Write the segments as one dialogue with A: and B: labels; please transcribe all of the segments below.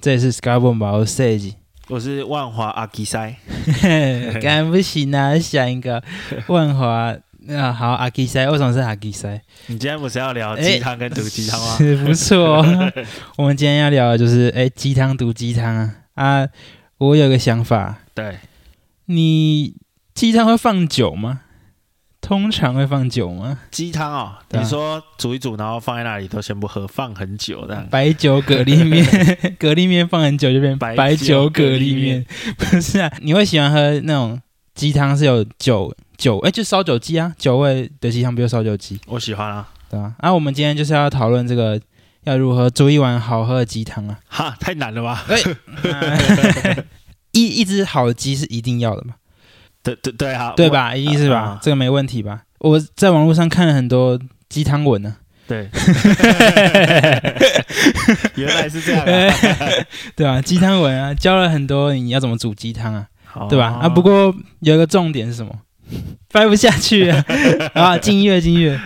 A: 这里是 Skyboom 吧，我是 Sage。
B: 我是万华阿基塞，
A: 敢不行啊，想一个万华。那、好，阿基塞，为什么是阿基塞？
B: 你今天不是要聊
A: 哎
B: 鸡汤跟毒鸡汤吗？
A: 是不错、哦。我们今天要聊的就是，哎、鸡汤毒鸡汤啊啊！我有个想法，
B: 对，
A: 你鸡汤会放酒吗？通常会放酒吗？
B: 鸡汤哦，
A: 对啊
B: 你说煮一煮，然后放在那里都先不喝，放很久这样。
A: 白酒蛤蜊面， 蛤蜊面放很久就变
B: 白
A: 白酒
B: 酒
A: 蛤蜊面，不是啊？你会喜欢喝那种鸡汤是有酒酒哎、就烧酒鸡啊，酒味的鸡汤不就烧酒鸡
B: 我喜欢啊，
A: 对吧、啊？我们今天就是要讨论这个要如何煮一碗好喝的鸡汤 啊。
B: 哈，太难了吧？
A: 那一一只好的鸡是一定要的嘛，
B: 对对对啊，
A: 对
B: 我？
A: 吧？一定是吧
B: 啊？
A: 这个没问题吧？我在网络上看了很多鸡汤文 呢、
B: 对，
A: 啊。
B: 原来是这样啊，
A: 对啊，鸡汤文啊，教了很多你要怎么煮鸡汤啊，
B: 哦
A: 对吧？啊，不过有一个重点是什么？ 掰不下去啊！啊，进音乐，进音乐。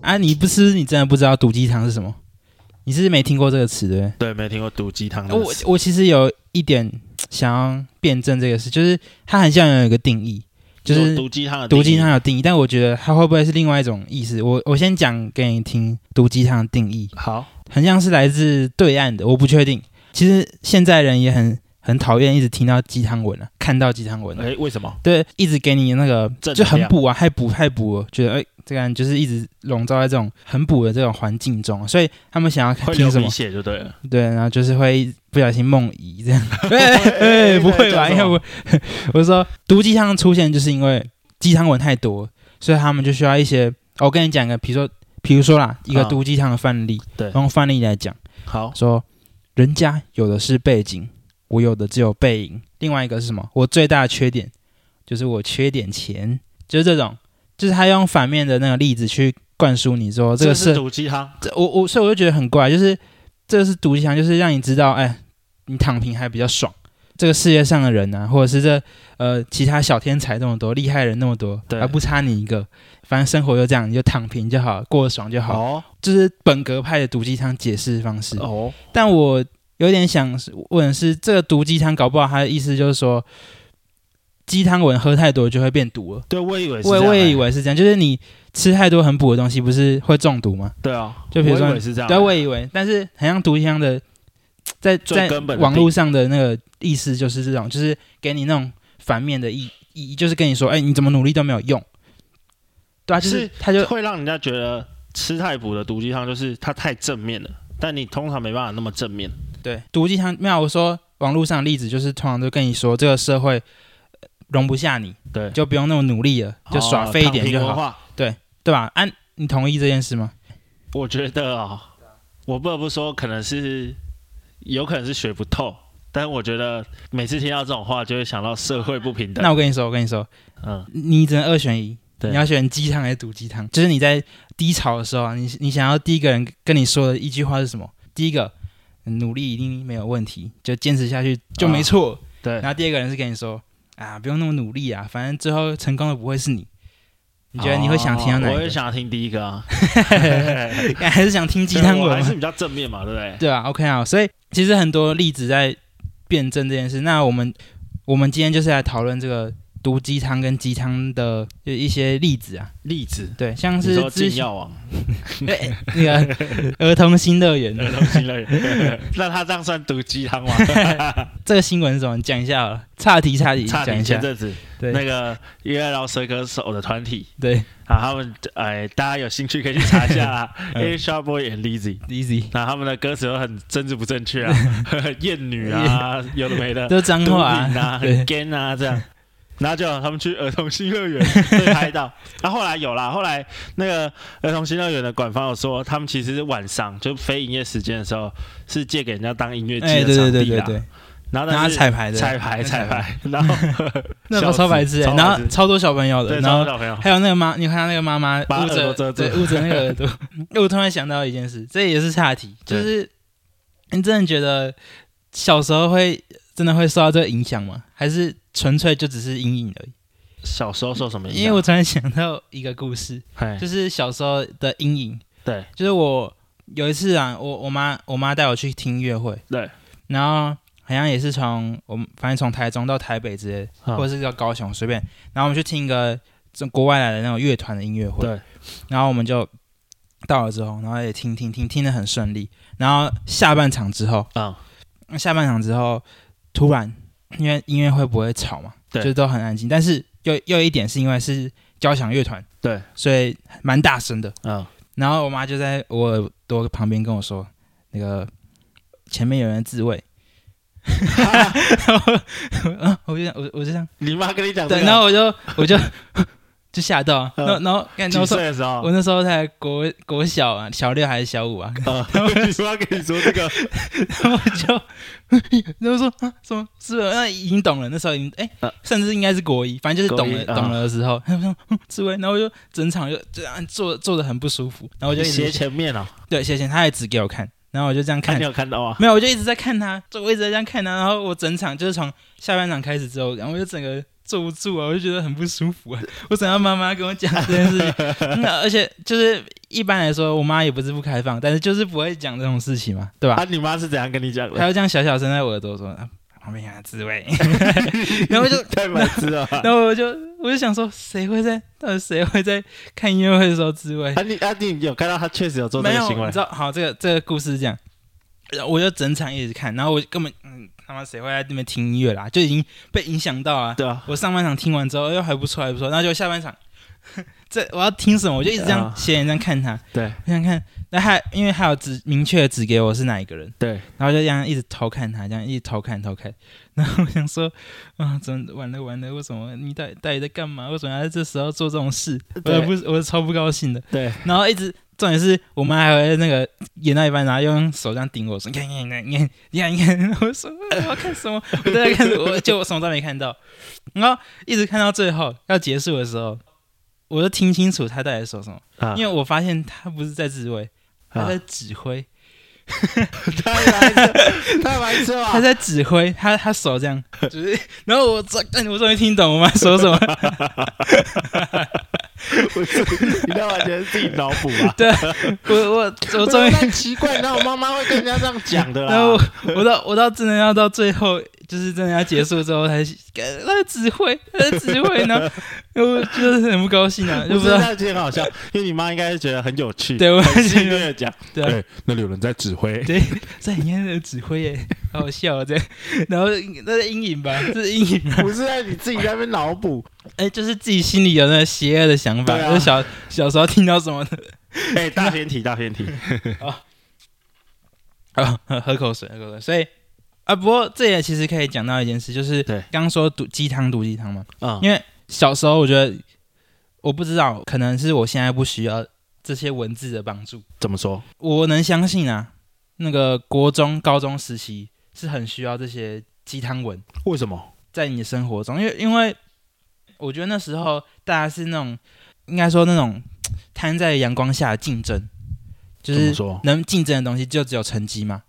A: 啊，你不吃，你真的不知道毒鸡汤是什么？你是没听过这个词对不对？
B: 哦对，没有听过毒鸡汤的
A: 我
B: 词。
A: 我其实有一点想要辩证这个事，就是它很像有一个定义，就是
B: 毒鸡汤的
A: 毒鸡
B: 定义
A: 汤有定义，但我觉得它会不会是另外一种意思？我我先讲给你听毒鸡汤的定义，
B: 好，
A: 很像是来自对岸的，我不确定。其实现在人也很很讨厌一直听到鸡汤文了、看到鸡汤文了、啊
B: 哎，为什么？
A: 对，一直给你那个
B: 正能
A: 就很
B: 量
A: 补啊，还补还补，觉得哎、这个人就是一直笼罩在这种很补的这种环境中，啊所以他们想要
B: 会
A: 听
B: 流
A: 什么
B: 鼻？血就对了。
A: 对，然后就是会不小心梦遗 这样。哎哎哎不会吧？
B: 哎哎哎
A: 因为我 我是说毒鸡汤的出现，就是因为鸡汤文太多，所以他们就需要一些。哦我跟你讲个，比如说，比如说啦，一个
B: 嗯
A: 毒鸡汤的范例，
B: 对
A: 用范例来讲，
B: 好，
A: 说人家有的是背景，我有的只有背影。另外一个是什么？我最大的缺点就是我缺点钱，就是这种，就是他用反面的那个例子去灌输你说这个
B: 是
A: 是
B: 毒鸡汤，
A: 这我我所以我就觉得很怪，就是这是独强，就是让你知道，哎，你躺平还比较爽。这个世界上的人啊，或者是这呃其他小天才那么多，厉害人那么多，
B: 对
A: 而不差你一个。反正生活就这样，你就躺平就好，过得爽就好。
B: 哦
A: 就是本格派的毒鸡汤解释方式。
B: 哦，
A: 但我有点想问的是，这个毒鸡汤搞不好它的意思就是说，鸡汤文喝太多就会变毒了。
B: 对，我以为是
A: 我
B: 这样
A: 我也
B: 欸
A: 以为是这样，就是你吃太多很补的东西，不是会中毒吗？
B: 对啊，
A: 就比如说
B: 我以为是这样欸，
A: 对，我也以为，但是很像毒香的，在
B: 最
A: 在
B: 根本的
A: 网络上的那个意思就是这种，就是给你那种反面的意意，就是跟你说，哎、你怎么努力都没有用，对啊，就是
B: 是
A: 他就
B: 会让人家觉得吃太补的毒鸡汤就是它太正面了，但你通常没办法那么正面。
A: 对毒鸡汤。没有，我说网络上的例子就是通常都跟你说，这个社会呃容不下你，
B: 对，
A: 就不用那么努力了，就耍废一点就
B: 哦躺平文
A: 好，
B: 化
A: 对吧？啊，你同意这件事吗？
B: 我觉得啊、我不得不说，可能是有可能是学不透，但是我觉得每次听到这种话，就会想到社会不平
A: 那
B: 等。
A: 我跟你说，我跟你说，
B: 嗯，
A: 你只能二选一，
B: 对，
A: 你要选鸡汤还是毒鸡汤？就是你在低潮的时候啊，你你想要第一个人跟你说的一句话是什么？第一个，嗯努力一定没有问题，就坚持下去就没错。
B: 啊对
A: 然后第二个人是跟你说啊，不用那么努力啊，反正最后成功的不会是你。你觉得你会想听到哪
B: 哦
A: 一
B: 我
A: 个
B: 会？想要听第一个啊，
A: 还是想听鸡汤
B: 我还
A: 文
B: 是
A: 吗？
B: 比较正面嘛，对不对？
A: 对啊，OK 啊，所以其实很多例子在辩证这件事。那我们我们今天就是来讨论这个毒鸡汤跟鸡汤的就一些例子啊，
B: 例子，
A: 对，像
B: 你
A: 是
B: 说
A: 之
B: 禁
A: 前
B: 药 王，
A: 对，那个儿童新乐园
B: 儿童新乐园，那他这样算毒鸡汤吗？
A: 这个新闻是什么？你讲一下好了，岔题岔题，
B: 差
A: 讲
B: 点
A: 一
B: 前
A: 下。
B: 阵子
A: 对
B: 那个月老蛇歌手的团体
A: 对
B: 啊，他们哎，大家有兴趣可以去查一下啦
A: 嗯
B: ，A Sharp Boy and Lizzy。
A: ，easy，
B: 那他们的歌词都很政治不正确啊，
A: 嗯
B: 艳 女啊，有的没的，
A: 都是脏话
B: 毒品啊，
A: 啊，
B: 很
A: 对
B: gay 啊这样。然后就他们去儿童新乐园被 拍到，然后后来有啦，后来那个儿童新乐园的管方有说，他们其实是晚上就非营业时间的时候是借给人家当音乐
A: 哎，
B: 季
A: 对
B: 的
A: 对
B: 场
A: 对
B: 地
A: 对
B: 啦，
A: 对，
B: 然
A: 然
B: 后
A: 后
B: 但是
A: 彩排的，
B: 彩排 彩，排，然后
A: 那
B: 笑
A: 个
B: 死
A: 超白痴欸，
B: 超白
A: 然后
B: 痴
A: 超多小朋友的，
B: 对，
A: 然
B: 然后
A: 后
B: 小朋友
A: 还有那个妈，你看到那个妈妈
B: 把
A: 捂
B: 耳
A: 着
B: 朵遮
A: 对
B: 住
A: 捂着那个耳 朵，哎我突然想到一件事，这也是岔题，就
B: 对
A: 是你真的觉得小时候会真的会受到这个影响吗？还是纯粹就只是阴影而已？
B: 小时候受什么影响？
A: 因为我突然想到一个故事，
B: 嘿
A: 就是小时候的阴影。
B: 对，
A: 就是我有一次啊，我我妈我妈带我去听音乐会，
B: 对，
A: 然后好像也是从我们反正从台中到台北之类，
B: 嗯
A: 或者是到高雄随便，然后我们去听一个从国外来的那种乐团的音乐会，
B: 对，
A: 然后我们就到了之后，然后也听听听听得很顺利，然后下半场之后，
B: 嗯，
A: 下半场之后突然因为音乐会不会吵嘛，
B: 对
A: 就是都很安静，但是又又一点是因为是交响乐团，
B: 对，
A: 所以蛮大声的，
B: 嗯，
A: 然后我妈就在我耳朵旁边跟我说：“那个前面有人自慰。 然后我”我就这样我我就这样，
B: 你妈跟你讲这
A: 对，
B: 个，
A: 然后我就我就 就吓到啊，然后然后干，然后
B: 几
A: 我说
B: 岁啊的时候
A: 我，那时候才国国小啊，小六还是小五啊，
B: 嗯 你妈跟你说这个，
A: 然后我就 然后说啊什么自慰，那已经懂了，那时候已经哎、
B: 呃
A: 甚至应该是国一，反正就是懂
B: 国
A: 了
B: 一啊
A: 懂了的时候，他们说嗯自慰，然后我就整场就这样坐坐的很不舒服， 然后我就一
B: 斜
A: 直
B: 前面哦，
A: 对斜前，他还指给我看，然后我就这样
B: 看
A: 看
B: 你。有看到啊？
A: 没有，我就一直在看他，就我一直在这样看他，然后我整场就是从下半场开始之后，然后我就整个坐不住啊，我就觉得很不舒服啊。 我想到妈妈跟我讲这件事情， 那而且就是一般来说，我妈也不是不开放，但是就是不会讲这种事情嘛，对吧？
B: 啊，你妈是怎样跟你讲
A: 她
B: 的？
A: 就这样小小声在我耳朵说，啊、旁边有人自慰， 然后我就
B: 太白痴了吧。
A: 然后我就我就想说，谁会在到底谁会在看音乐会的时候自慰？
B: 啊你啊你有看到他确实有做这
A: 没
B: 个
A: 有，
B: 行为
A: 你知，道，好，这个这个故事是这样，呃我就整场一直看，然后我根本，嗯，他妈谁会在那边听音乐啦？就已经被影响到啊。
B: 对啊，
A: 我上半场听完之后，哎呦还不错，还不错，然后就下半场，这我要听什么，我就一直这样
B: 啊
A: 斜眼这样看他，
B: 对
A: 我想看，那还因为还有指明确地指给我是哪一个人，
B: 对，
A: 然后就这样一直偷看他，这样一直偷看偷看，然后我想说，啊，怎么完了完了，为什么你到底到底在干嘛？为什么要在这时候做这种事？我
B: 对
A: 不，我超不高兴的。
B: 对，
A: 然后一直重点是我妈还会那个演到一半，然后用手这样顶我说：“你看，你看，你看，你看，你看。”你看 我说：“呃我要看什么？我在看什么，我就我什么都没看到。”然后一直看到最后要结束的时候，我就听清楚他到底在说什么，
B: 啊
A: 因为我发现他不是在自慰，他
B: 啊
A: 在指挥，
B: 太白 痴，太白痴了
A: 他
B: 吧。
A: 在指挥，他他手这样，就是，然后我终，我终于听懂我妈说什么，
B: 不是，你那完全是自己脑补啊。
A: 对我我 我
B: 我
A: 终于
B: 太奇怪，那我妈妈会跟人家这样讲的
A: 然后
B: 啦。
A: 我我到我到真的要到最后，就是真的要结束之后才，干他在指挥，他在指挥呢，然后我就是很不高兴啊，就 不
B: 不是
A: 知道
B: 那其实很好笑，因为你妈应该是觉得很有趣，
A: 对我
B: 很
A: 觉
B: 戏
A: 得
B: 谑的讲，
A: 对啊，
B: 那里有人在指挥
A: 对，在你看那个指挥耶，好好笑啊这样，然后那是阴影吧，这是阴影吧，
B: 不是在你自己在那边 脑补。
A: 哎，就是自己心里有那个邪恶的想法，
B: 对啊
A: 就是小小时候听到什么的
B: 哎，大偏题，大偏 题。
A: 啊，喝喝口水，喝口水，所以。啊，不过这也其实可以讲到一件事，就是
B: 对
A: 刚说毒鸡汤毒鸡汤嘛，
B: 嗯
A: 因为小时候我觉得我不知道，可能是我现在不需要这些文字的帮助，
B: 怎么说？
A: 我能相信啊，那个国中、高中时期是很需要这些鸡汤文
B: 为什么？
A: 在你的生活中，因为因为我觉得那时候大家是那种应该说那种摊在阳光下的竞争，就
B: 怎么
A: 是
B: 说？
A: 能竞争的东西就只有成绩嘛，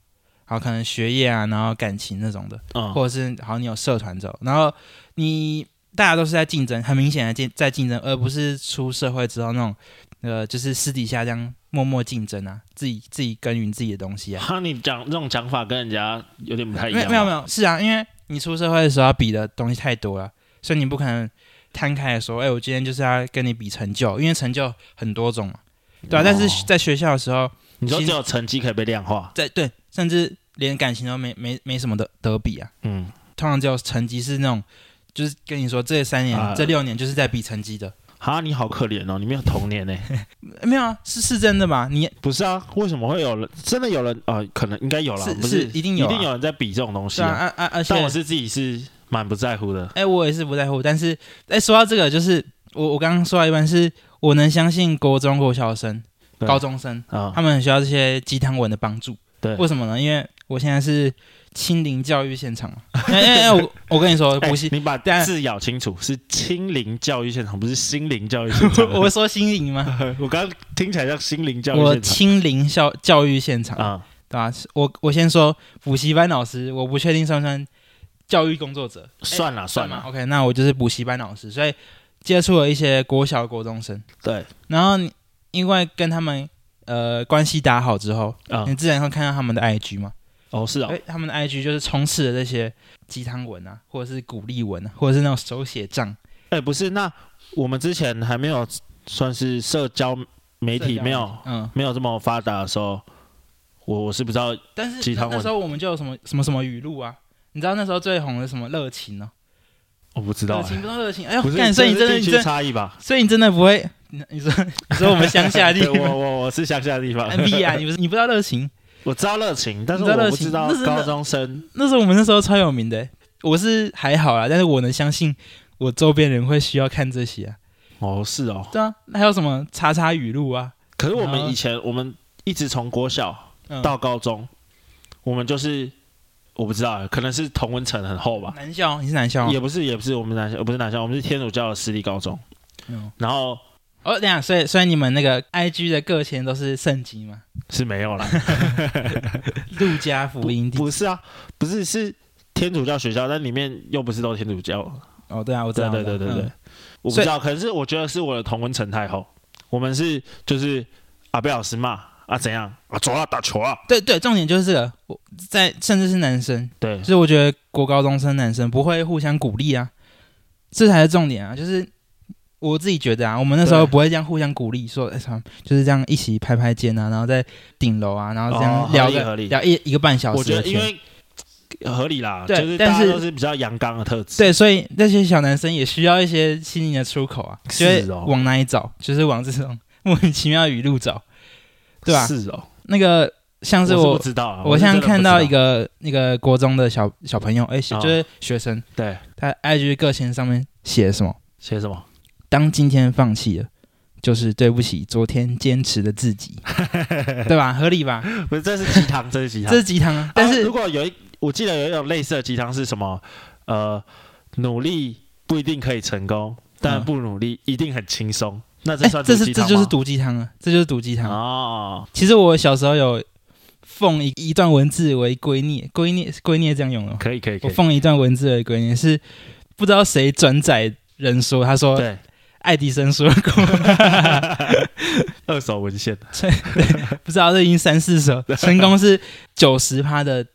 A: 好，可能学业啊，然后感情那种的。
B: 嗯，
A: 或者是好你有社团走，然后你大家都是在竞争，很明显的竞在竞争，而不是出社会之后那种呃，就是私底下这样默默竞争啊，自己自己耕耘自己的东西啊。
B: 哈，你讲这种讲法跟人家有点不太一
A: 没有
B: 样啊。
A: 没有没有，是啊，因为你出社会的时候要比的东西太多了，所以你不可能摊开来说，哎、我今天就是要跟你比成就，因为成就很多种嘛，对吧、
B: 哦
A: 但是在学校的时候，
B: 你说
A: 其
B: 只
A: 实
B: 有成绩可以被量化。
A: 在对，甚至连感情都没没没什么的得比啊。
B: 嗯，
A: 通常只有成绩是那种，就是跟你说这三年、
B: 啊
A: 这六年就是在比成绩的，
B: 哈，你好可怜哦，你没有童年呢。
A: 呃没有啊，是是真的嘛？你
B: 不是啊，为什么会有人真的有人啊、呃可能应该有啦，
A: 是
B: 不
A: 是
B: 一
A: 一定有啊
B: 一定有人在比这种东西、
A: 是啊
B: 啊。
A: 啊啊，而且
B: 但我是自己是蛮不在乎的。
A: 哎、我也是不在乎，但是哎、说到这个，就是我我刚刚说到一半是，我能相信国中国小生、
B: 对
A: 高中生，
B: 啊、
A: 他们很需要这些鸡汤文的帮助。
B: 对
A: 为什么呢？因为我现在是亲临教育现 场嘛。哎哎哎，我我跟你说，
B: 哎
A: 补习，
B: 你把
A: 但
B: 字咬清楚，是亲临教育现场，不是心灵教育 现场。
A: 我说心灵吗？
B: 我刚刚听起来像心 灵教育
A: 我
B: 现场
A: 亲临教教育现场
B: 啊、
A: 对吧、是我我先说补习班老师，我不确定算不算教育工作者，
B: 算了
A: 哎算
B: 算啊
A: 吗
B: 了，
A: ？OK，那我就是补习班老师，所以接触了一些国小、国中生。
B: 对，
A: 然后你因为跟他们呃关系打好之后，
B: 啊、
A: 你自然会看到他们的 IG 嘛。
B: 哦是哦，
A: 哎，他们的 IG 就是充斥了这些鸡汤文啊，或者是鼓励文啊，或者是那种手写账。
B: 哎、不是，那我们之前还没有算是社交媒体没有
A: 嗯，
B: 没有这么发达的时候，我我是不知道
A: 但是
B: 鸡
A: 那
B: 汤文
A: 那时候我们就有什么什么什么语录啊。你知道那时候最红的什么热情哦，
B: 我不知道、
A: 热
B: 欸
A: 情，不是热情，哎呦
B: 不，是，
A: 干，所以你真的
B: 这
A: 你
B: 是地区
A: 真，
B: 差异吧？
A: 所以你真的不会，你你说你说我们乡 下的地
B: 对，我
A: 方
B: 我我是乡下的地方，
A: MV 啊，你不是你不知道热情，
B: 我知道热情，但是
A: 你知道
B: 我
A: 热
B: 不
A: 情
B: 知道
A: 那是那
B: 高中生
A: 那是我们那时候超有名的欸、我是还好啦，但是我能相信我周边人会需要看这些啊。
B: 哦是哦，
A: 对啊，那还有什么叉叉语录啊？
B: 可是我
A: 然后
B: 们以前我们一直从国小
A: 嗯，
B: 到高中，我们就是我不知道欸，可能是同温层很厚吧，
A: 男校，你是男校吗
B: 也不是也不是我们南校，不是南校，我们是天主教的私立高中，
A: 嗯
B: 然后
A: 哦，等一下，所以所以你们那个 I G 的个签都是圣经 嘛，
B: 是没有啦，
A: 《路加福音》第
B: 不是啊，不是是天主教学校，但里面又不是都天主教。
A: 哦，对啊，我知
B: 对
A: 道，
B: 对对对对，
A: 嗯
B: 我不知道，可能是我觉得是我的同温层太厚。我们是就是阿贝老师骂啊怎样啊，走啊打球啊，
A: 对对，重点就是这个，我在甚至是男生，
B: 对
A: 就是我觉得国高中生男生不会互相鼓励啊，这才是重点啊，就是。我自己觉得啊，我们那时候
B: 对
A: 不会这样互相鼓励，说哎什么，就是这样一起拍拍肩啊，然后在顶楼啊，然后这
B: 哦
A: 样聊
B: 合
A: 个、
B: 理合理
A: 聊一一个半小时。
B: 我觉得因为合理啦，就
A: 对
B: 是
A: 但
B: 大家
A: 是
B: 都是比较阳刚的特质。
A: 对，所以那些小男生也需要一些心灵的出口啊，
B: 是
A: 就
B: 哦
A: 会往哪里找？就是往这种莫名其妙的语录找，对啊吧、
B: 是哦，
A: 那个像
B: 但
A: 是
B: 我
A: 我
B: 不，知道啊，
A: 我
B: 是
A: 现在
B: 真的
A: 看
B: 不
A: 到
B: 知
A: 一个那个国中的小小朋友，哎、
B: 哦
A: 就是学生，
B: 对
A: 他 IG 个性上面写什么？
B: 写什么，
A: 当今天放弃了。就是对不起昨天坚持的自 己，对吧？合理吧？
B: 不是这是鸡汤，这是鸡汤，
A: 这是鸡汤啊！但
B: 啊
A: 是
B: 如果有一，我记得有一种类似的鸡汤是什么？呃，努力不一定可以成功，但
A: 嗯
B: 不努力一定很轻松。那这
A: 哎、
B: 算
A: 这
B: 毒
A: 是
B: 鸡
A: 这
B: 汤
A: 就是
B: 吗
A: 毒鸡汤啊！这就是毒鸡汤。
B: 哦，
A: 其实我小时候有奉一一段文字为圭臬，圭臬是圭臬这样用的吗？
B: 可以可以可
A: 我
B: 以，
A: 奉一段文字为圭臬是不知道谁转载人说，他说
B: 对，
A: 爱迪生说过，
B: 二手文献
A: 不知道这已经三四首，成功是九十趴的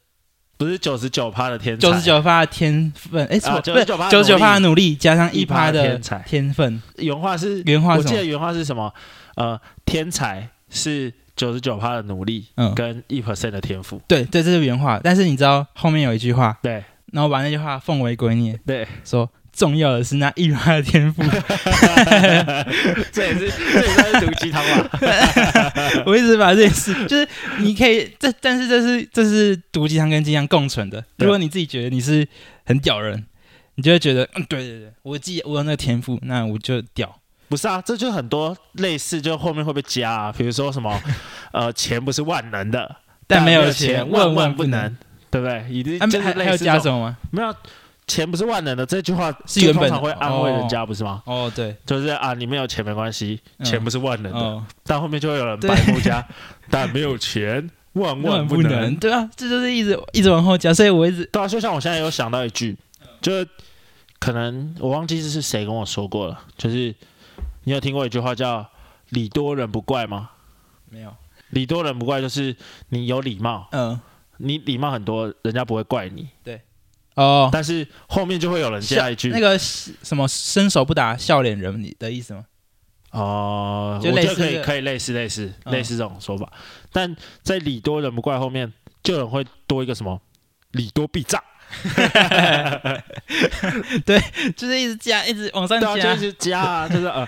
B: 不是九十九趴的天才，
A: 九十九趴的天分，哎、错
B: 啊，
A: 不
B: 九十
A: 是
B: 九趴
A: 九十九趴的努力加上
B: 一
A: 一趴
B: 的
A: 的
B: 天才。
A: 天分，
B: 原话是，
A: 原话
B: 我
A: 是
B: 记
A: 什
B: 得
A: 么？
B: 原话是什么？呃，天才是九十九趴的努力
A: 嗯，
B: 跟一 percent 的天赋。
A: 对对，这是原话，但是你知道后面有一句话，
B: 对
A: 然后把那句话奉为圭臬，
B: 对，
A: 说重要的是那一趴的天赋。
B: 这也是这也算是毒鸡汤吧？
A: 我一直把这件事， 就是你可以这，但是这是这是毒鸡汤跟鸡汤共存的。
B: 对
A: 如果你自己觉得你是很屌人，你就会觉得，嗯，对对对，我既我有那个天赋，那我就屌。
B: 不是啊，这就很多类似，就后面会被加、啊，比如说什么，呃，钱不是万能的，
A: 但没
B: 有
A: 有钱，万
B: 万
A: 不
B: 能。，对不对？一定
A: 啊
B: 就
A: 还
B: 是
A: 还有
B: 类似
A: 加
B: 这
A: 什
B: 种，
A: 么吗？
B: 没有啊钱不是万能的这句话，
A: 是原本的
B: 通常会安慰人家，不是吗？
A: 哦，对，
B: 就是啊，你没有钱没关系，
A: 嗯
B: 钱不是万能的，
A: 哦，
B: 但后面就会有人
A: 对
B: 白目加， 但没有钱万万
A: 万
B: 不
A: 不
B: 能
A: 能，。对啊，这就是一直一直往后加，所以我一直，
B: 对啊，就像我现在有想到一句，就是可能我忘记是谁跟我说过了，就是你有听过一句话叫“礼多人不怪”吗？
A: 没有，
B: 礼多人不怪，就是你有礼貌，
A: 嗯，
B: 你礼貌很多，人家不会怪你。
A: 哦，
B: 但是后面就会有人加一句，
A: 那个什么伸手不打笑脸人，你的意思吗？
B: 哦，
A: 就
B: 我
A: 类
B: 觉得
A: 似
B: 可以，
A: 这个
B: 可以类似类似
A: 嗯
B: 类似这种说法。但在礼多人不怪后面，就有人会多一个什么礼多必诈，
A: 就是一直加，一直往上
B: 对啊，就
A: 加
B: 一，直加啊，就是呃，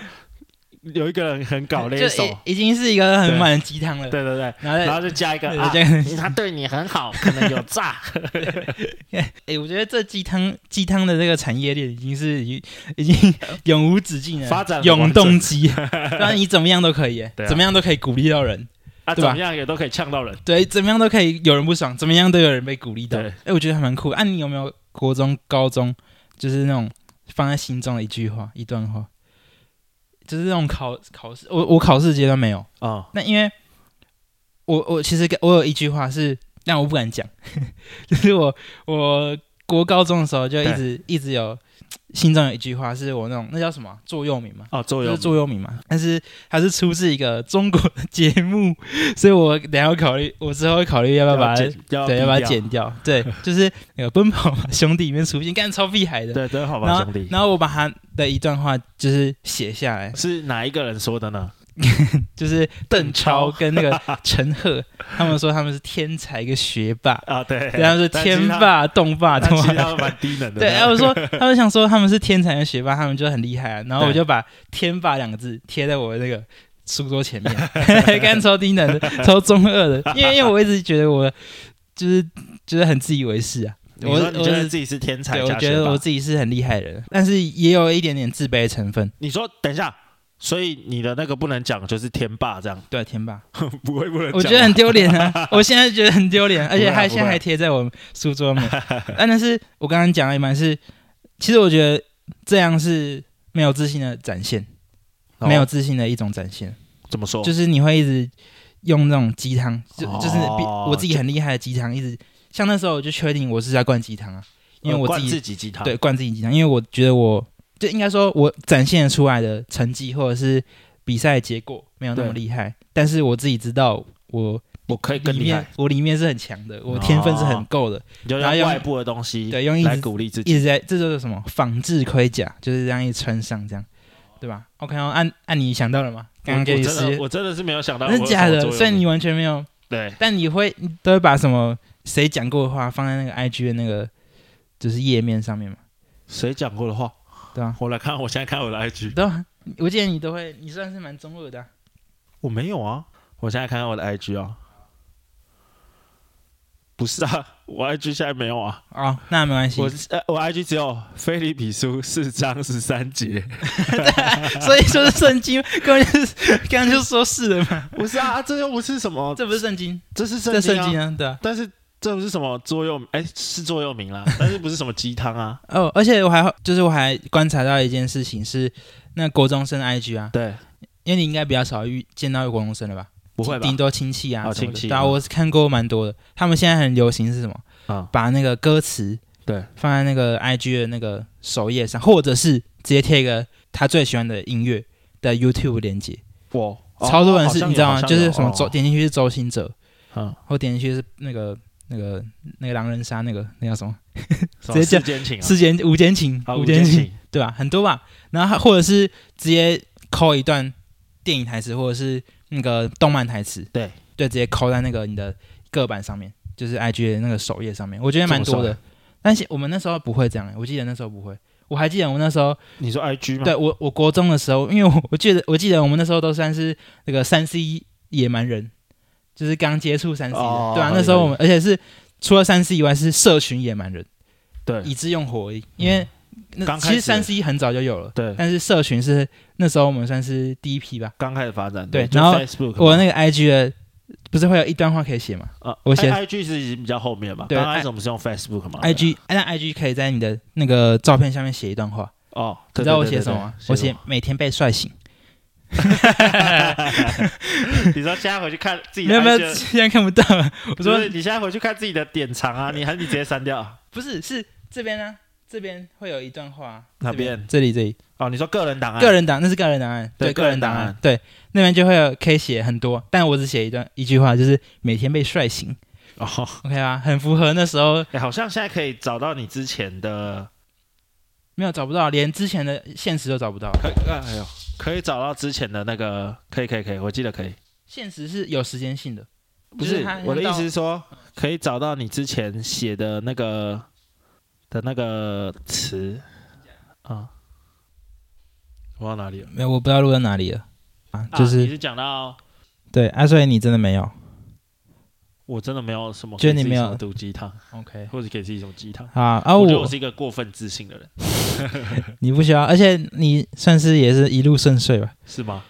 B: 有一个人很搞那一手
A: 就，已已经是一个很
B: 对
A: 满的鸡汤了。
B: 对对对，
A: 然后再
B: 然后就加一个
A: 呃对
B: 啊
A: 这，样
B: 他对你很好，可能有 诈，
A: 哎、我觉得这鸡汤鸡汤的这个产业链已经 是已已经永无止境了，
B: 发展
A: 永动机， 不然你怎么样都可以、哎
B: 对啊
A: 怎么样都可以鼓励到人，
B: 啊，
A: 对
B: 怎
A: 吧
B: 么样也都可以呛到人。
A: 对，怎么样都可以有人不爽，怎么样都有人被鼓励到。
B: 对
A: 哎、我觉得还蛮酷。啊，你有没有国中、高中就是那种放在心中的一句话、一段话，就是那种考考试，我我考试阶段没有，
B: 啊，
A: 那因为 我我其实跟我有一句话是，但我不敢讲，就是我我国高中的时候就一直一直有心中有一句话是我那种那叫什么啊座右铭嘛，
B: 哦，作
A: 就
B: 用
A: 是座右铭嘛。但是它是出自一个中国的节目，所以我等一下会考虑，我之后会考虑要不要把它
B: 剪要
A: 对要把它
B: 毙掉
A: 剪掉。对， 就是那个《奔跑吧兄弟》里面出现，干超屁孩的。
B: 对，对，好
A: 然
B: 吧，
A: 后
B: 兄弟，
A: 然后我把他的一段话就是写下来，
B: 是哪一个人说的呢？
A: 就是邓
B: 邓超
A: 超跟那个陈赫， 他们说他们是天才跟学霸，
B: 啊，对，
A: 对，他们是
B: 但其实
A: 天
B: 他，
A: 霸、动霸、
B: 但
A: 动
B: 其实
A: 霸。
B: 他们蛮低能 的。
A: 对，哎然后我说，他们想说他们是天才跟学霸，他们就很厉害啊。然后我就把“天霸”两个字贴在我的那个书桌前 面，干超低能的，超中二的，因为因为我一直觉得我就是就是很自以为是啊。
B: 你
A: 我
B: 说你觉得
A: 我
B: 自己是天才
A: 对，我
B: 加
A: 觉
B: 学
A: 得我
B: 霸？
A: 自己是很厉害的人，但是也有一点点自卑的成分。
B: 你说等一下，所以你的那个不能讲就是天霸这样，
A: 对，天霸，
B: 不会不能讲吧，
A: 我觉得 很丢脸啊！我现在觉得很丢脸，而且
B: 啊
A: 还现在还贴在我书桌嘛。但但是我刚刚讲了一半是，其实我觉得这样是没有自信的展现，
B: 哦
A: 没有自信的一种展现，
B: 怎么说，
A: 就是是你会一直用那种鸡汤，就
B: 哦
A: 就是比我自己很厉害的鸡汤，一直像那时候我就确定我是在灌鸡汤啊，因为我
B: 呃灌
A: 自己
B: 自己鸡汤，
A: 对，灌自己鸡汤，因为我觉得我就应该说，我展现出来的成绩或者是比赛结果没有那么
B: 对
A: 厉害，但是我自己知道我
B: 我可以更
A: 里
B: 厉
A: 面
B: 害，哦
A: 我里面是很强的，我天分是很够的，
B: 你就
A: 然后
B: 用
A: 用
B: 外部的东西
A: 对，用一
B: 来
A: 直
B: 鼓励自己。
A: 一直在，这就是什么仿制盔甲，就是这样一直穿上这样，对吧？OK，哦，按按你想到了吗？刚
B: 我
A: 刚
B: 我
A: 给你
B: 真
A: 时
B: 的，我真的是没有想到我
A: 真
B: 有
A: 的
B: 什
A: 假
B: 么作用力，
A: 的？所以你完全没有，
B: 对
A: 但你会你都会把什么谁讲过的话放在那个 IG 的那个就是页面上面嘛，
B: 谁讲过的话？
A: 对啊，
B: 我来看，我现在看我的 IG，
A: 对啊，我记得你都会，你算是蛮中二的啊、
B: 我没有啊，我现在看看我的 IG 啊，不是啊，我 IG 现在没有啊，
A: 哦，那没关系
B: 我。呃我 IG 只有菲利比书四章十三节，
A: 所以说是圣经，刚刚就是刚刚就说是了嘛，
B: 不是啊，这又不是什么，
A: 这不是圣经，
B: 这是
A: 这
B: 圣
A: 圣
B: 经
A: 经
B: 啊，
A: 啊，对啊。
B: 但是这不是什么座右铭，哎，是座右铭啦，但是不是什么鸡汤啊，
A: 哦，而且我还就是我还观察到一件事情是，那国中生的 IG 啊，
B: 对，
A: 因为你应该比较少遇见到国中生了吧？
B: 不会吧
A: 顶？多亲戚啊
B: 哦
A: 什么的
B: 亲戚
A: 对啊，
B: 嗯
A: 我是看过蛮多的。他们现在很流行是什么？
B: 啊，
A: 把那个歌词
B: 对，
A: 放在那个 IG 的那个首页上，或者是直接贴一个他最喜欢的音乐的 YouTube 连接。
B: 我
A: 超多人是，你知道吗？就是什么周
B: 周，
A: 点进去是周兴哲，
B: 哦嗯，
A: 或点进去是那个那个那个狼人杀那个那叫什么？
B: 直
A: 直接
B: 世间情啊，
A: 世间无间情
B: 啊，
A: 无
B: 间
A: 间情
B: 情，
A: 对吧？很多吧。然后或者是直接抠一段电影台词，或者是那个动漫台词，
B: 对
A: 对，直接抠在那个你的个板上面，就是 IG 的那个首页上面，我觉得蛮
B: 这
A: 多
B: 么
A: 的
B: 爽。
A: 但是我们那时候不会这样、欸我记得那时候不会。我还记得我那时候，
B: 你说 IG 吗？
A: 对我我国中的时候，因为我 我记得我记得我们那时候都算是那个三 C 野蛮人，就是刚接触三 C 的，
B: 哦
A: 对吧、啊？
B: 合理
A: 那时候我们而且是除了三 C 以外是社群野蛮人，
B: 对嗯
A: 以致用火而已，因为那
B: 刚
A: 其
B: 开
A: 实
B: 始
A: 三 C 很早就有了，
B: 对，
A: 但是社群是那时候我们算是第一批吧。
B: 刚开始发展，
A: 对
B: 就
A: 然后
B: Facebook 嘛
A: 我那个 IG 的不是会有一段话可以写吗
B: 啊，
A: 我写
B: I- IG 是已经比较后面嘛，
A: 对哎
B: 刚开始我们是用 Facebook 嘛
A: ？IG 那 IG 可以在你的那个照片下面写一段话，
B: 哦，
A: 你
B: 对
A: 知道我
B: 对对
A: 写什么吗？我写 每天被帅醒，
B: 对对 你说现在回去看自己
A: 没
B: 的
A: 有
B: IG
A: 没
B: 的，
A: 有，现在看不到。我
B: 我
A: 说呃
B: 你现在回去看自己的典藏啊，你还是你直接删掉啊
A: 不是，是这边呢、这边会有一段话，
B: 哪
A: 这
B: 边？
A: 这里这里，
B: 哦，你说个人档案，
A: 个人档那是个人档案，
B: 对
A: 个人
B: 个人档
A: 档
B: 案
A: 案，对，那边就会有可以写很多，但我只写一段一句话，就是每天被帅醒
B: 哦，
A: ，OK 吧？很符合那时候
B: 哎，好像现在可以找到你之前的，
A: 没有找不到，连之前的现实都找不到，
B: 可哎呦，可以找到之前的那个，可以可以可以，我记得可以，
A: 现实是有时间性的，
B: 不
A: 就是它
B: 我的意
A: 到
B: 思是说，可以找到你之前写的那个的那个词啊，我忘哪里了。
A: 没有，我不知道录到哪里了啊，就
B: 啊、
A: 是、
B: 你是讲到
A: 对啊，所以你真的没有
B: 我真的没有什么，
A: 就是你没有
B: 毒鸡汤，
A: ，OK。
B: 或者给自己什么鸡汤。
A: 好啊，
B: 我觉得我
A: 我
B: 是一个过分自信的人，
A: 你不需要，而且你算是也是一路顺遂吧。
B: 是吗？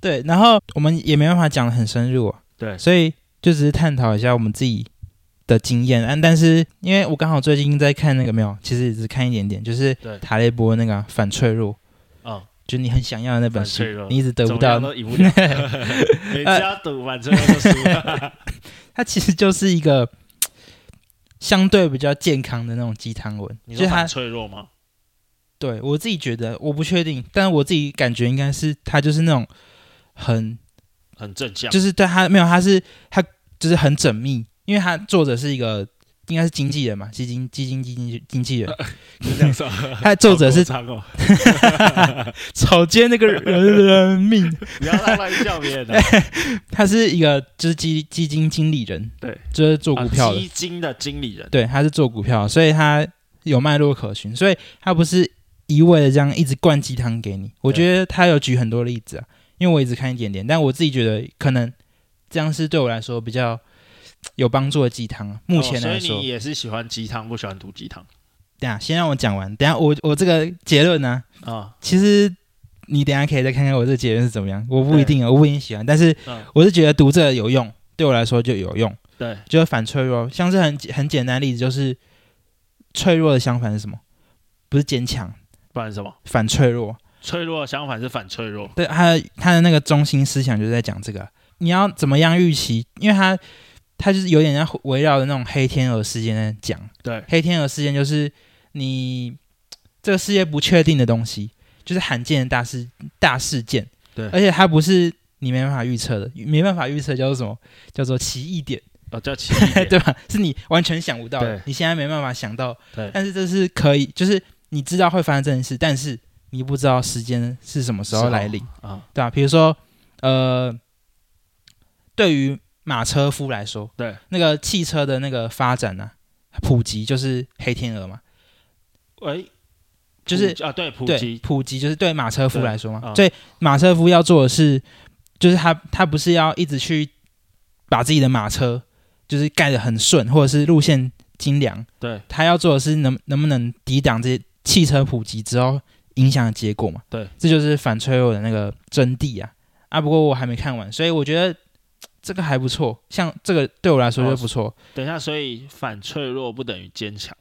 A: 对，然后我们也没办法讲的很深入、啊，
B: 对，
A: 所以就只是探讨一下我们自己的经验。但但是因为我刚好最近在看那个没有，其实也只看一点点，就是
B: 对
A: 塔雷波那个啊反脆弱，
B: 嗯，
A: 就是你很想要的那本
B: 反
A: 书
B: 脆弱，
A: 你一直得
B: 怎
A: 不
B: 么样
A: 到。
B: 都赢不 了，
A: 呃
B: 每次要赌满最后就输了。
A: 它其实就是一个，相对比较健康的那种鸡汤文，
B: 你
A: 就
B: 说
A: 是它
B: 反脆弱吗？
A: 对我自己觉得，我不确定，但我自己感觉应该是他就是那种很，
B: 很正向，
A: 就是对他没有，他是他就是很缜密，因为他作者是一个应该是经纪人嘛，基金基金经纪经纪人，
B: 是这样说。
A: 他的作者 是
B: 好狗脏哦，
A: 草菅那个人人命，
B: 不要乱乱叫别
A: 哎
B: 人的啊
A: 他是一个就是基基金经理人，
B: 对，
A: 就是做股票
B: 啊
A: 的，
B: 基金的经理人，
A: 对，他是做股票，所以他有脉络可循，所以他不是一味的这样一直灌鸡汤给你。我觉得他有举很多例子啊，因为我一直看一点点，但我自己觉得可能这样是对我来说比较有帮助的鸡汤啊。目前
B: 哦所
A: 来
B: 以
A: 说，
B: 你也是喜欢鸡汤，不喜欢毒鸡汤
A: 等一下先让我讲完，等一下我我这个结论呢、
B: 啊？
A: 其实你等一下可以再看看我这个结论是怎么样，我不一定啊，我不一定喜欢，但是
B: 嗯
A: 我是觉得读这个有用，对我来说就有用。
B: 对，
A: 就是反脆弱，像是很很简单的例子，就是脆弱的相反是什么？不是坚强，
B: 不然是什么？
A: 反脆弱。
B: 脆弱相反是反脆弱，
A: 对，他的他的那个中心思想就是在讲这个，你要怎么样预期？因为他他就是有点像围绕着那种黑天鹅事件在讲。
B: 对
A: 黑天鹅事件就是你这个世界不确定的东西，就是罕见的大事大事件。
B: 对
A: 而且它不是你没办法预测的，没办法预测叫做什么？叫做奇异点。
B: 哦，叫奇异 点，
A: 对吧？是你完全想不到的
B: 对，
A: 你现在没办法想到
B: 对，
A: 但是这是可以，就是你知道会发生这件事，但是你不知道时间是什么时候来临，
B: 啊，
A: 对吧、比如说，呃，对于马车夫来说，
B: 对，
A: 那个汽车的那个发展呢、普及就是黑天鹅嘛，
B: 喂，
A: 就是
B: 普啊，对，普
A: 对
B: 及，
A: 普及就是对马车夫来说嘛，
B: 对啊
A: 所以马车夫要做的是，就是他他不是要一直去把自己的马车就是盖得很顺，或者是路线精良，
B: 对
A: 他要做的是能能不能抵挡这些汽车普及之后影响的结果嘛？
B: 对，
A: 这就是反脆弱的那个真谛啊啊！不过我还没看完，所以我觉得嘖这个还不错，像这个对我来说就不错，
B: 等一下，所以反脆弱不等于坚强，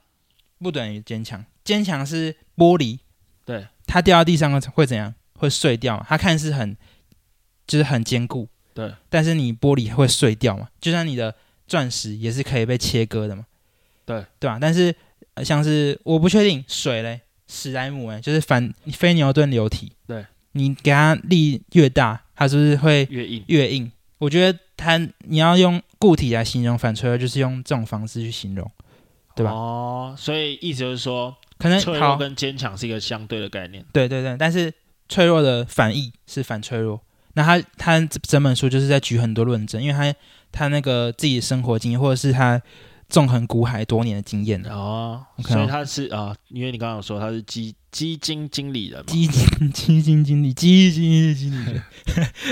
A: 不等于坚强。坚强是玻璃，
B: 对，
A: 它掉到地上会怎样？会碎掉嘛？它看似很就是很坚固，
B: 对，
A: 但是你玻璃会碎掉嘛？就像你的钻石也是可以被切割的嘛，
B: 对
A: 对吧、但是、呃像是我不确定水嘞，史莱姆哎，就是反非牛顿流体，
B: 对，
A: 你给它力越大，它是不是会
B: 越硬，
A: 越硬？我觉得它你要用固体来形容反脆弱，就是用这种方式去形容，对吧
B: 哦，所以意思就是说，
A: 可能
B: 脆弱
A: 好
B: 跟坚强是一个相对的概念，
A: 对对对，但是脆弱的反义是反脆弱。那他他整本书就是在举很多论证，因为他他那个自己的生活经验，或者是他纵横股海多年的经验啊，
B: 哦，
A: OK
B: 所以他是啊，因为你刚刚有说他是基基金经理人嘛，
A: 基金基金经理，基金经理，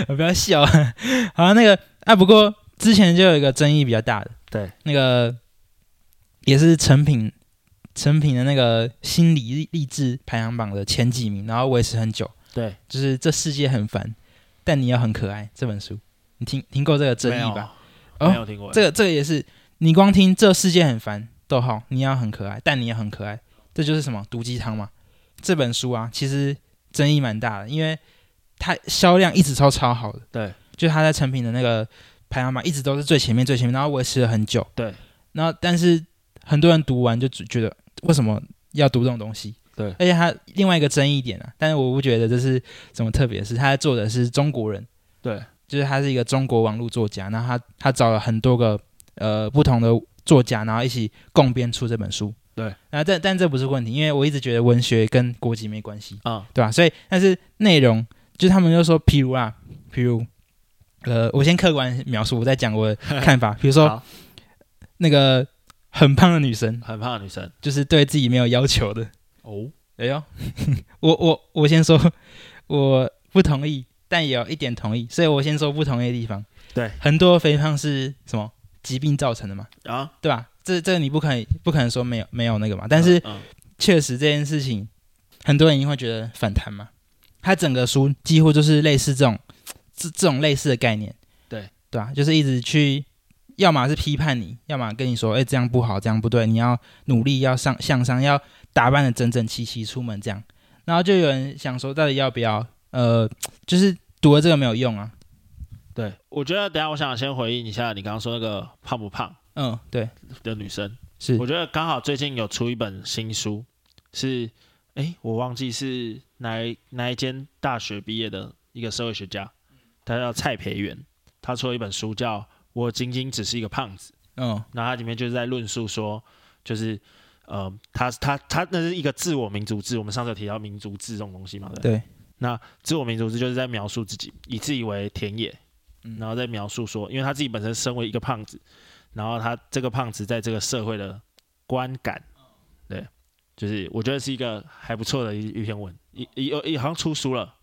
A: 我不要笑啊。好，那个啊，不过之前就有一个争议比较大的，
B: 对，
A: 那个也是成品成品的那个心理励励志排行榜的前几名，然后维持很久。
B: 对，
A: 就是这世界很烦，但你要很可爱。这本书，你听听过这个争
B: 没
A: 议
B: 有
A: 吧？，哦
B: 没有听过，
A: 这个这个也是，你光听这世界很烦，逗号，你要很可爱，但你要很可爱，这就是什么毒鸡汤嘛？这本书啊，其实争议蛮大的，因为它销量一直超超好的，
B: 对，
A: 就是它在成品的那个排行榜一直都是最前面最前面，然后维持了很久，
B: 对，
A: 然后但是很多人读完就只觉得为什么要读这种东西？
B: 对
A: 而且它另外一个争议点啊，但是我不觉得这是什么特别的事，它作者是中国人。
B: 对，
A: 就是他是一个中国网络作家，然后他他找了很多个呃不同的作家，然后一起共编出这本书。
B: 对，
A: 然后但但这不是问题，因为我一直觉得文学跟国籍没关系，
B: 啊，
A: 对吧、所以但是内容就是他们就说，譬如啊，譬如呃，我先客观描述，我再讲我的看法。比如说
B: 好
A: 那个很胖的女生，
B: 很胖的女生
A: 就是对自己没有要求的。
B: 哦，
A: 哎呦， 我我我先说，我不同意，但也有一点同意，所以我先说不同意的地方。
B: 对，
A: 很多肥胖是什么疾病造成的嘛，
B: 啊，
A: 对吧？这这个你不可以不可能说没有没有那个嘛，但是
B: 嗯
A: 确实这件事情，很多人一定会觉得反弹嘛。他整个书几乎就是类似这种这这种类似的概念，
B: 对
A: 对吧、就是一直去，要么是批判你，要么跟你说，哎，这样不好，这样不对，你要努力，要上向上，要打扮的整整齐齐出门这样。然后就有人想说，到底要不要？呃，就是读了这个没有用啊。
B: 对，我觉得等一下我想先回应一下你刚刚说那个胖不胖
A: 嗯，对，
B: 的女生，
A: 是
B: 我觉得刚好最近有出一本新书，是哎、诶我忘记是哪一哪一间大学毕业的一个社会学家，他叫蔡培元，他出了一本书叫《我仅仅只是一个胖子》，
A: 嗯
B: 然后它里面就是在论述说，就是呃，他他他那是一个自我民族志，我们上次有提到民族志这种东西嘛，对不对
A: 对，
B: 那自我民族志就是在描述自己，以自己为田野，
A: 嗯
B: 然后再描述说，因为他自己本身身为一个胖子，然后他这个胖子在这个社会的观感，对，就是我觉得是一个还不错的一一篇文，一一一好像出书了，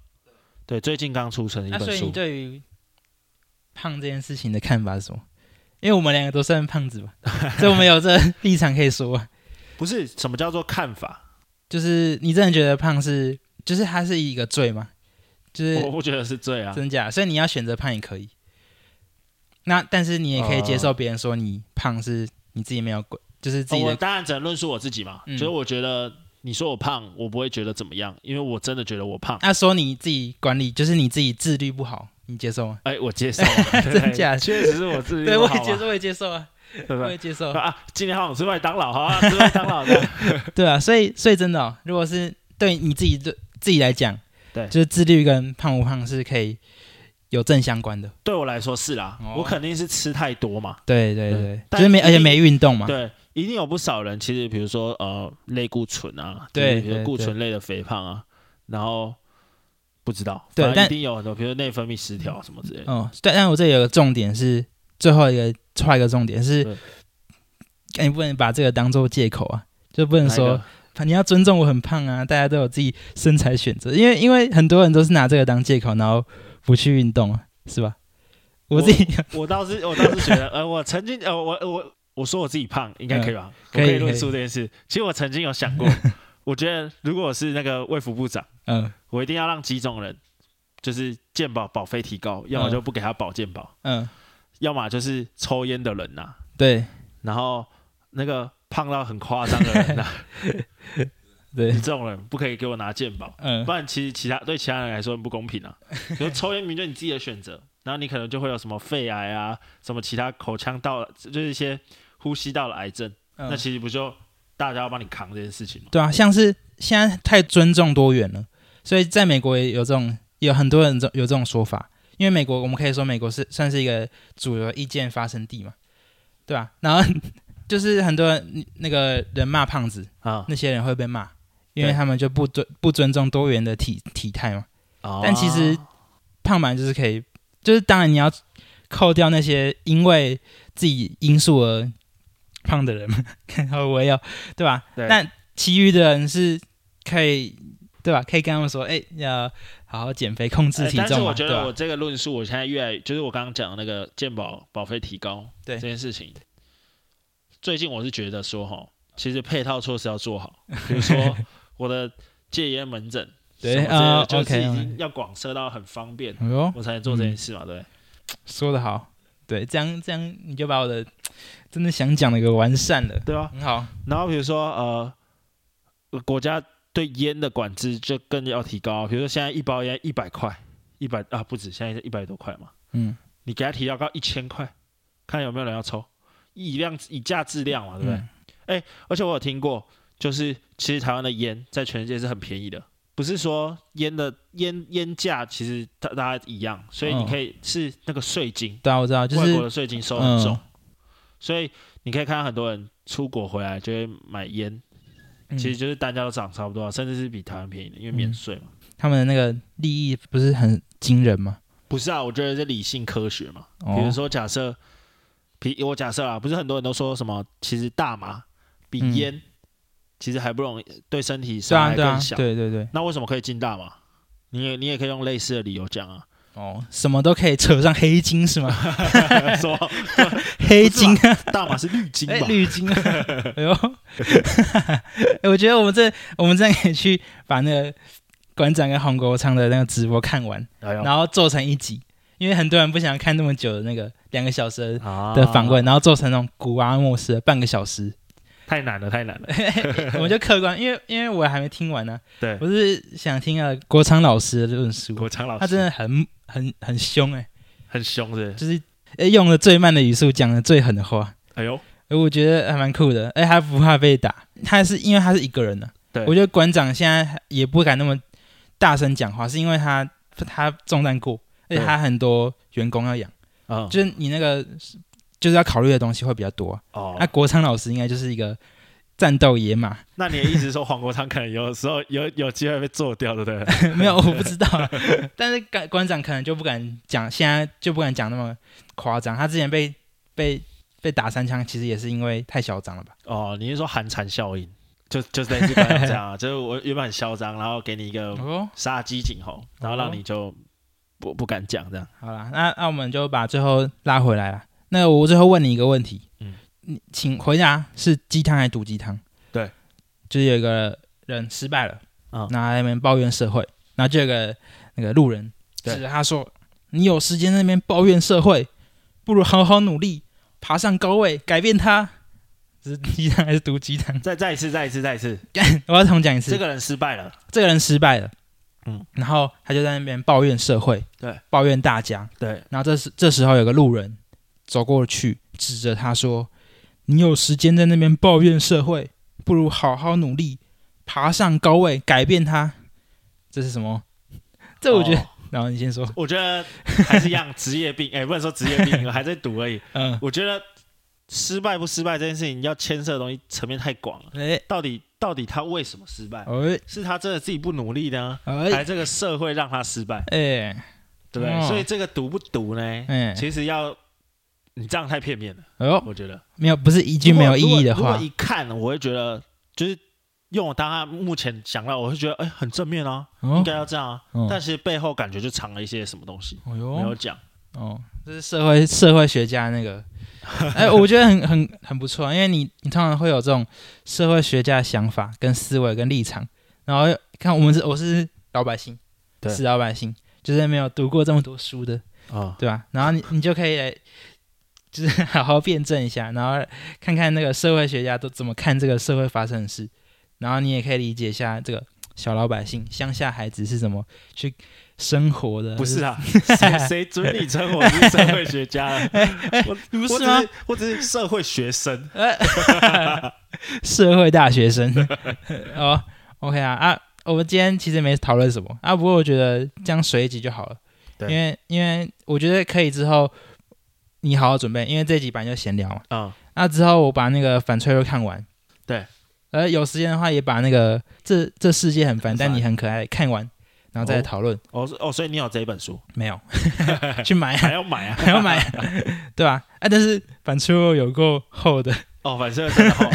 B: 对，最近刚出成一
A: 那
B: 本
A: 啊所以你
B: 书，
A: 对于胖这件事情的看法是什么？因为我们两个都算胖 子吧，所以我们有这立场可以说，
B: 不是什么叫做看法，
A: 就是你真的觉得胖是，就是它是一个罪吗？就是
B: 我不觉得是罪啊，
A: 真假，所以你要选择胖也可以。那但是你也可以接
B: 呃
A: 受别人说你胖是你自己没有鬼，就是自己
B: 哦我
A: 的
B: 当然只能论述我自己嘛，
A: 嗯
B: 所以我觉得你说我胖，我不会觉得怎么样，因为我真的觉得我胖。
A: 那、说你自己管理，就是你自己自律不好，你接受吗？
B: 哎、我接受了，对
A: 真假
B: 确实是我自己
A: 对，
B: 不
A: 我
B: 好
A: 也
B: 嘛
A: 接受，，我也接受啊，
B: 对不
A: 我
B: 对
A: 也？接受。
B: 啊，今天好想吃麦当劳，好啊， 吃麦当 劳的。
A: 对啊，所以所以真的、哦，如果是对你自己对自己来讲，
B: 对
A: 就是自律跟胖不胖是可以有正相关的。
B: 对我来说是啦，
A: 哦
B: 我肯定是吃太多嘛。
A: 对对
B: 对
A: 对，就
B: 但
A: 是没
B: 一
A: 而且没运动嘛。
B: 对，一定有不少人，其实比如说呃，类固醇啊，
A: 对
B: 就是比如说
A: 对
B: 固醇类的肥胖啊，然后不知道，
A: 对
B: 反正
A: 但
B: 一定有很多，比如说内分泌失调什么之类的。
A: 哦，但但我这里有个重点是最后一个画一个重点是
B: 对，
A: 哎你不能把这个当做借口啊，就不能
B: 哪一个
A: 说反你要尊重我很胖啊，大家都有自己身材选择，因为因为很多人都是拿这个当借口，然后不去运动啊，是吧？我
B: 我
A: 自己
B: 我 倒是我倒是觉得，呃，我曾经呃，我我我说我自己胖，应该可以吧？
A: 嗯可以
B: 我可以论述这件事。其实我曾经有想 过，我觉得如果我是那个卫福部长，
A: 嗯
B: 我一定要让几种人，就是健保保费提高，要么就不给他保健保，
A: 嗯，
B: 要么就是抽烟的人呐、
A: 对
B: 然后那个胖到很夸张的 人呐、
A: 对
B: 你，这种人不可以给我拿健保，
A: 嗯
B: 不然其实其他对其他人来说很不公平啊。比如抽烟明就你自己的选择，然后你可能就会有什么肺癌啊，什么其他口腔道，就是一些呼吸道的癌症，那
A: 嗯，
B: 其实不就大家要帮你扛这件事情吗？
A: 对啊，像是现在太尊重多元了，所以在美国也有这种有很多人这有这种说法，因为美国我们可以说美国是算是一个主流意见发生地嘛，对吧、然后 就是很多人那个人骂胖子，
B: 啊、
A: 那些人会被骂，因为
B: 对
A: 他们就不尊不尊重多元的体体态嘛。
B: 哦
A: 但其实胖版就是可以，就是当然你要扣掉那些因为自己因素而胖的人嘛， 看会不会要对吧？
B: 对
A: 但其余的人是可以对吧？可以跟他们说，哎、要好好减肥，控制
B: 哎
A: 体
B: 但是
A: 重嘛，
B: 我觉
A: 对
B: 得我
A: 吧？
B: 这个论述，我现在越来就是我刚刚讲的那个健保保费提高
A: 对
B: 这件事情，最近我是觉得说哈，其实配套措施要做 好，比如说我的戒烟门诊，
A: 对
B: 什么之类的
A: 啊
B: 就是已
A: OK，嗯
B: 经要广设到很方便，
A: 哎呦，
B: 我才能做这件事嘛，对不对。
A: 说的好，对，这样这样你就把我的真的想讲的给完善了，
B: 对啊，
A: 很好，
B: 然后比如说呃，呃国家对烟的管制就更要提高，比如说现在一包烟一百块，一百啊不止，现在一百多块嘛，
A: 嗯，
B: 你给他提高到一千块，看有没有人要抽，以量以价质量嘛，对不对？
A: 嗯
B: 而且我有听过，就是其实台湾的烟在全世界是很便宜的，不是说烟的烟烟价其实大大家一样，所以你
A: 嗯
B: 可以是那个税金，
A: 对啊，我知道，就
B: 外
A: 是
B: 国的税金收很重，
A: 嗯
B: 所以你可以看到很多人出国回来就会买烟，
A: 嗯
B: 其实就是单价都涨差不多啊，甚至是比台湾便宜的，因为免税嘛。
A: 他们的那个利益不是很惊人吗？
B: 不是啊，我觉得是理性科学嘛。
A: 哦
B: 比如说假设，比我假设啊，不是很多人都说什么，其实大麻比
A: 嗯
B: 烟、其实还不容易对身体
A: 对
B: 伤
A: 啊，
B: 害
A: 对啊
B: 更，小。
A: 对对对，
B: 那为什么可以禁大麻？你也你也可以用类似的理由 讲啊，
A: 哦，什么都可以扯上黑金是 吗？
B: 说
A: 黑
B: 啊
A: 金，
B: 大麻是绿金
A: 哎，
B: 吧？
A: 绿金， 哎呦， 哎我觉得我们这我们这样可以去把那个馆长跟黄国昌的那个直播看完，
B: 哎呦
A: 然后做成一集，因为很多人不想看那么久的那个两个小时的
B: 啊
A: 的访问，然后做成那种古阿莫斯的半个小 时，
B: 太难了，太难了。
A: 我就客观，因为因为我还没听完呢，
B: 对
A: 我是想听啊国昌老师的论述，
B: 国昌老师
A: 他真的很很很凶哎、哎
B: 很凶是不是
A: 就是呃用了最慢的语速讲了最狠的话。
B: 哎呦，
A: 哎我觉得还蛮酷的。哎，他不怕被打，他是因为他是一个人的、
B: 对
A: 我觉得馆长现在也不敢那么大声讲话，是因为他他中弹过，而且他很多员工要养，
B: 嗯，
A: 就是你那个就是要考虑的东西会比较多、
B: 哦
A: 那、，国昌老师应该就是一个战斗野马，
B: 那你的意思是说黄国昌可能有时候有有机会被做掉，对不对？
A: 没有我不知道 啊，但是馆馆长可能就不敢讲，现在就不敢讲那么夸张。他之前被被被打三枪，其实也是因为太嚣张了吧？
B: 哦，你是说寒蝉效应？就就是类似刚刚这样啊，就是我原本很嚣张，然后给你一个
A: 哦，
B: 杀鸡儆猴，然后让你
A: 嗯
B: 就不不敢讲这样。
A: 好啦，那那我们就把最后拉回来了。那我最后问你一个问题，
B: 嗯
A: 你请回答是鸡汤还是毒鸡汤？
B: 对，
A: 就是有一个人失败了，
B: 嗯
A: 然后在那边抱怨社会，然后就有个那个路人
B: 对
A: 指着他说：“你有时间在那边抱怨社会，不如好好努力，爬上高位，改变它。”这是鸡汤还是毒鸡汤？
B: 再再一次，再一次，再一次，
A: 我要重讲一次。
B: 这个人失败了，
A: 这个人失败了，
B: 嗯，
A: 然后他就在那边抱怨社会，
B: 对，
A: 抱怨大家，
B: 对，
A: 然后这时这时候有个路人走过去，指着他说：“你有时间在那边抱怨社会，不如好好努力，爬上高位，改变它。”这是什么？这我觉得，
B: 哦
A: 然后你先说，
B: 我觉得还是一样职业病， 哎，不能说职业病，还在赌而已。
A: 嗯，
B: 我觉得失败不失败这件事情，要牵涉的东西层面太广了。
A: 哎，
B: 到底到底他为什么失败？
A: 哎，
B: 是他真的自己不努力呢，还
A: 哎，
B: 是这个社会让他失败？
A: 哎，
B: 对不对？
A: 哦
B: 所以这个毒不毒呢？
A: 哎，
B: 其实要你这样太片面了，
A: 哎呦，
B: 我觉得
A: 没有，不是一
B: 一
A: 句没有意义的
B: 如果
A: 话
B: 一，看，我会觉得就是用我当下目前想到，我会觉得哎、很正面啊，应
A: 哦，
B: 该要这样啊。
A: 哦
B: 但是背后感觉就藏了一些什么东西
A: 哎
B: 没有
A: 呦，
B: 讲。
A: 哦，这是社会社会学家那 个，哎，我觉得很很很不错啊，因为你你通常会有这种社会学家的想法、跟思维、跟立场，然后看我们是我是老百姓，
B: 对
A: 是老百姓，就是没有读过这么多书的，
B: 啊、
A: 对吧？然后你你就可以来，就是好好辩证一下，然后看看那个社会学家都怎么看这个社会发生的事，然后你也可以理解一下这个小老百姓、乡下孩子是怎么去生活的，
B: 不 是啊，谁谁准你称我是社会学家啊？我
A: 你 不
B: 我
A: 是啊
B: 只
A: 吗
B: 是？啊我只是社会学生。
A: 社会大学生。 哦，OK 啊啊，我们今天其实没讨论什么啊，不过我觉得这样水一集就好了，因
B: 对
A: 为因为我觉得可以之后你好好准备，因为这几版就闲聊嘛。
B: 嗯，
A: 那之后我把那个反脆弱看完，
B: 对，
A: 呃，有时间的话也把那个这这世界很烦，
B: 很
A: 但
B: 烦
A: 你很可爱看完，然后再来
B: 哦
A: 讨论。
B: 哦是哦，所以你有这一本 书，
A: 没 有，去买啊
B: 还要买啊？
A: 还要买啊，对吧？啊，但是反脆弱有够厚的，
B: 哦，反正 真的哦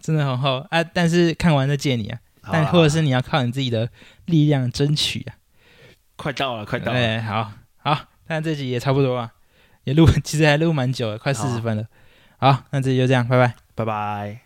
A: 真的很厚啊，但是看完再借你啊。
B: 好
A: 但
B: 啦
A: 或者是你要靠你自己的力量争取啊。
B: 快到了，快到了。
A: 哎，好好，那这集也差不多啊，也录，其实还录蛮久了，快
B: 好
A: 四
B: 啊
A: 十分了。好，那这集就这样，拜拜。
B: 拜拜。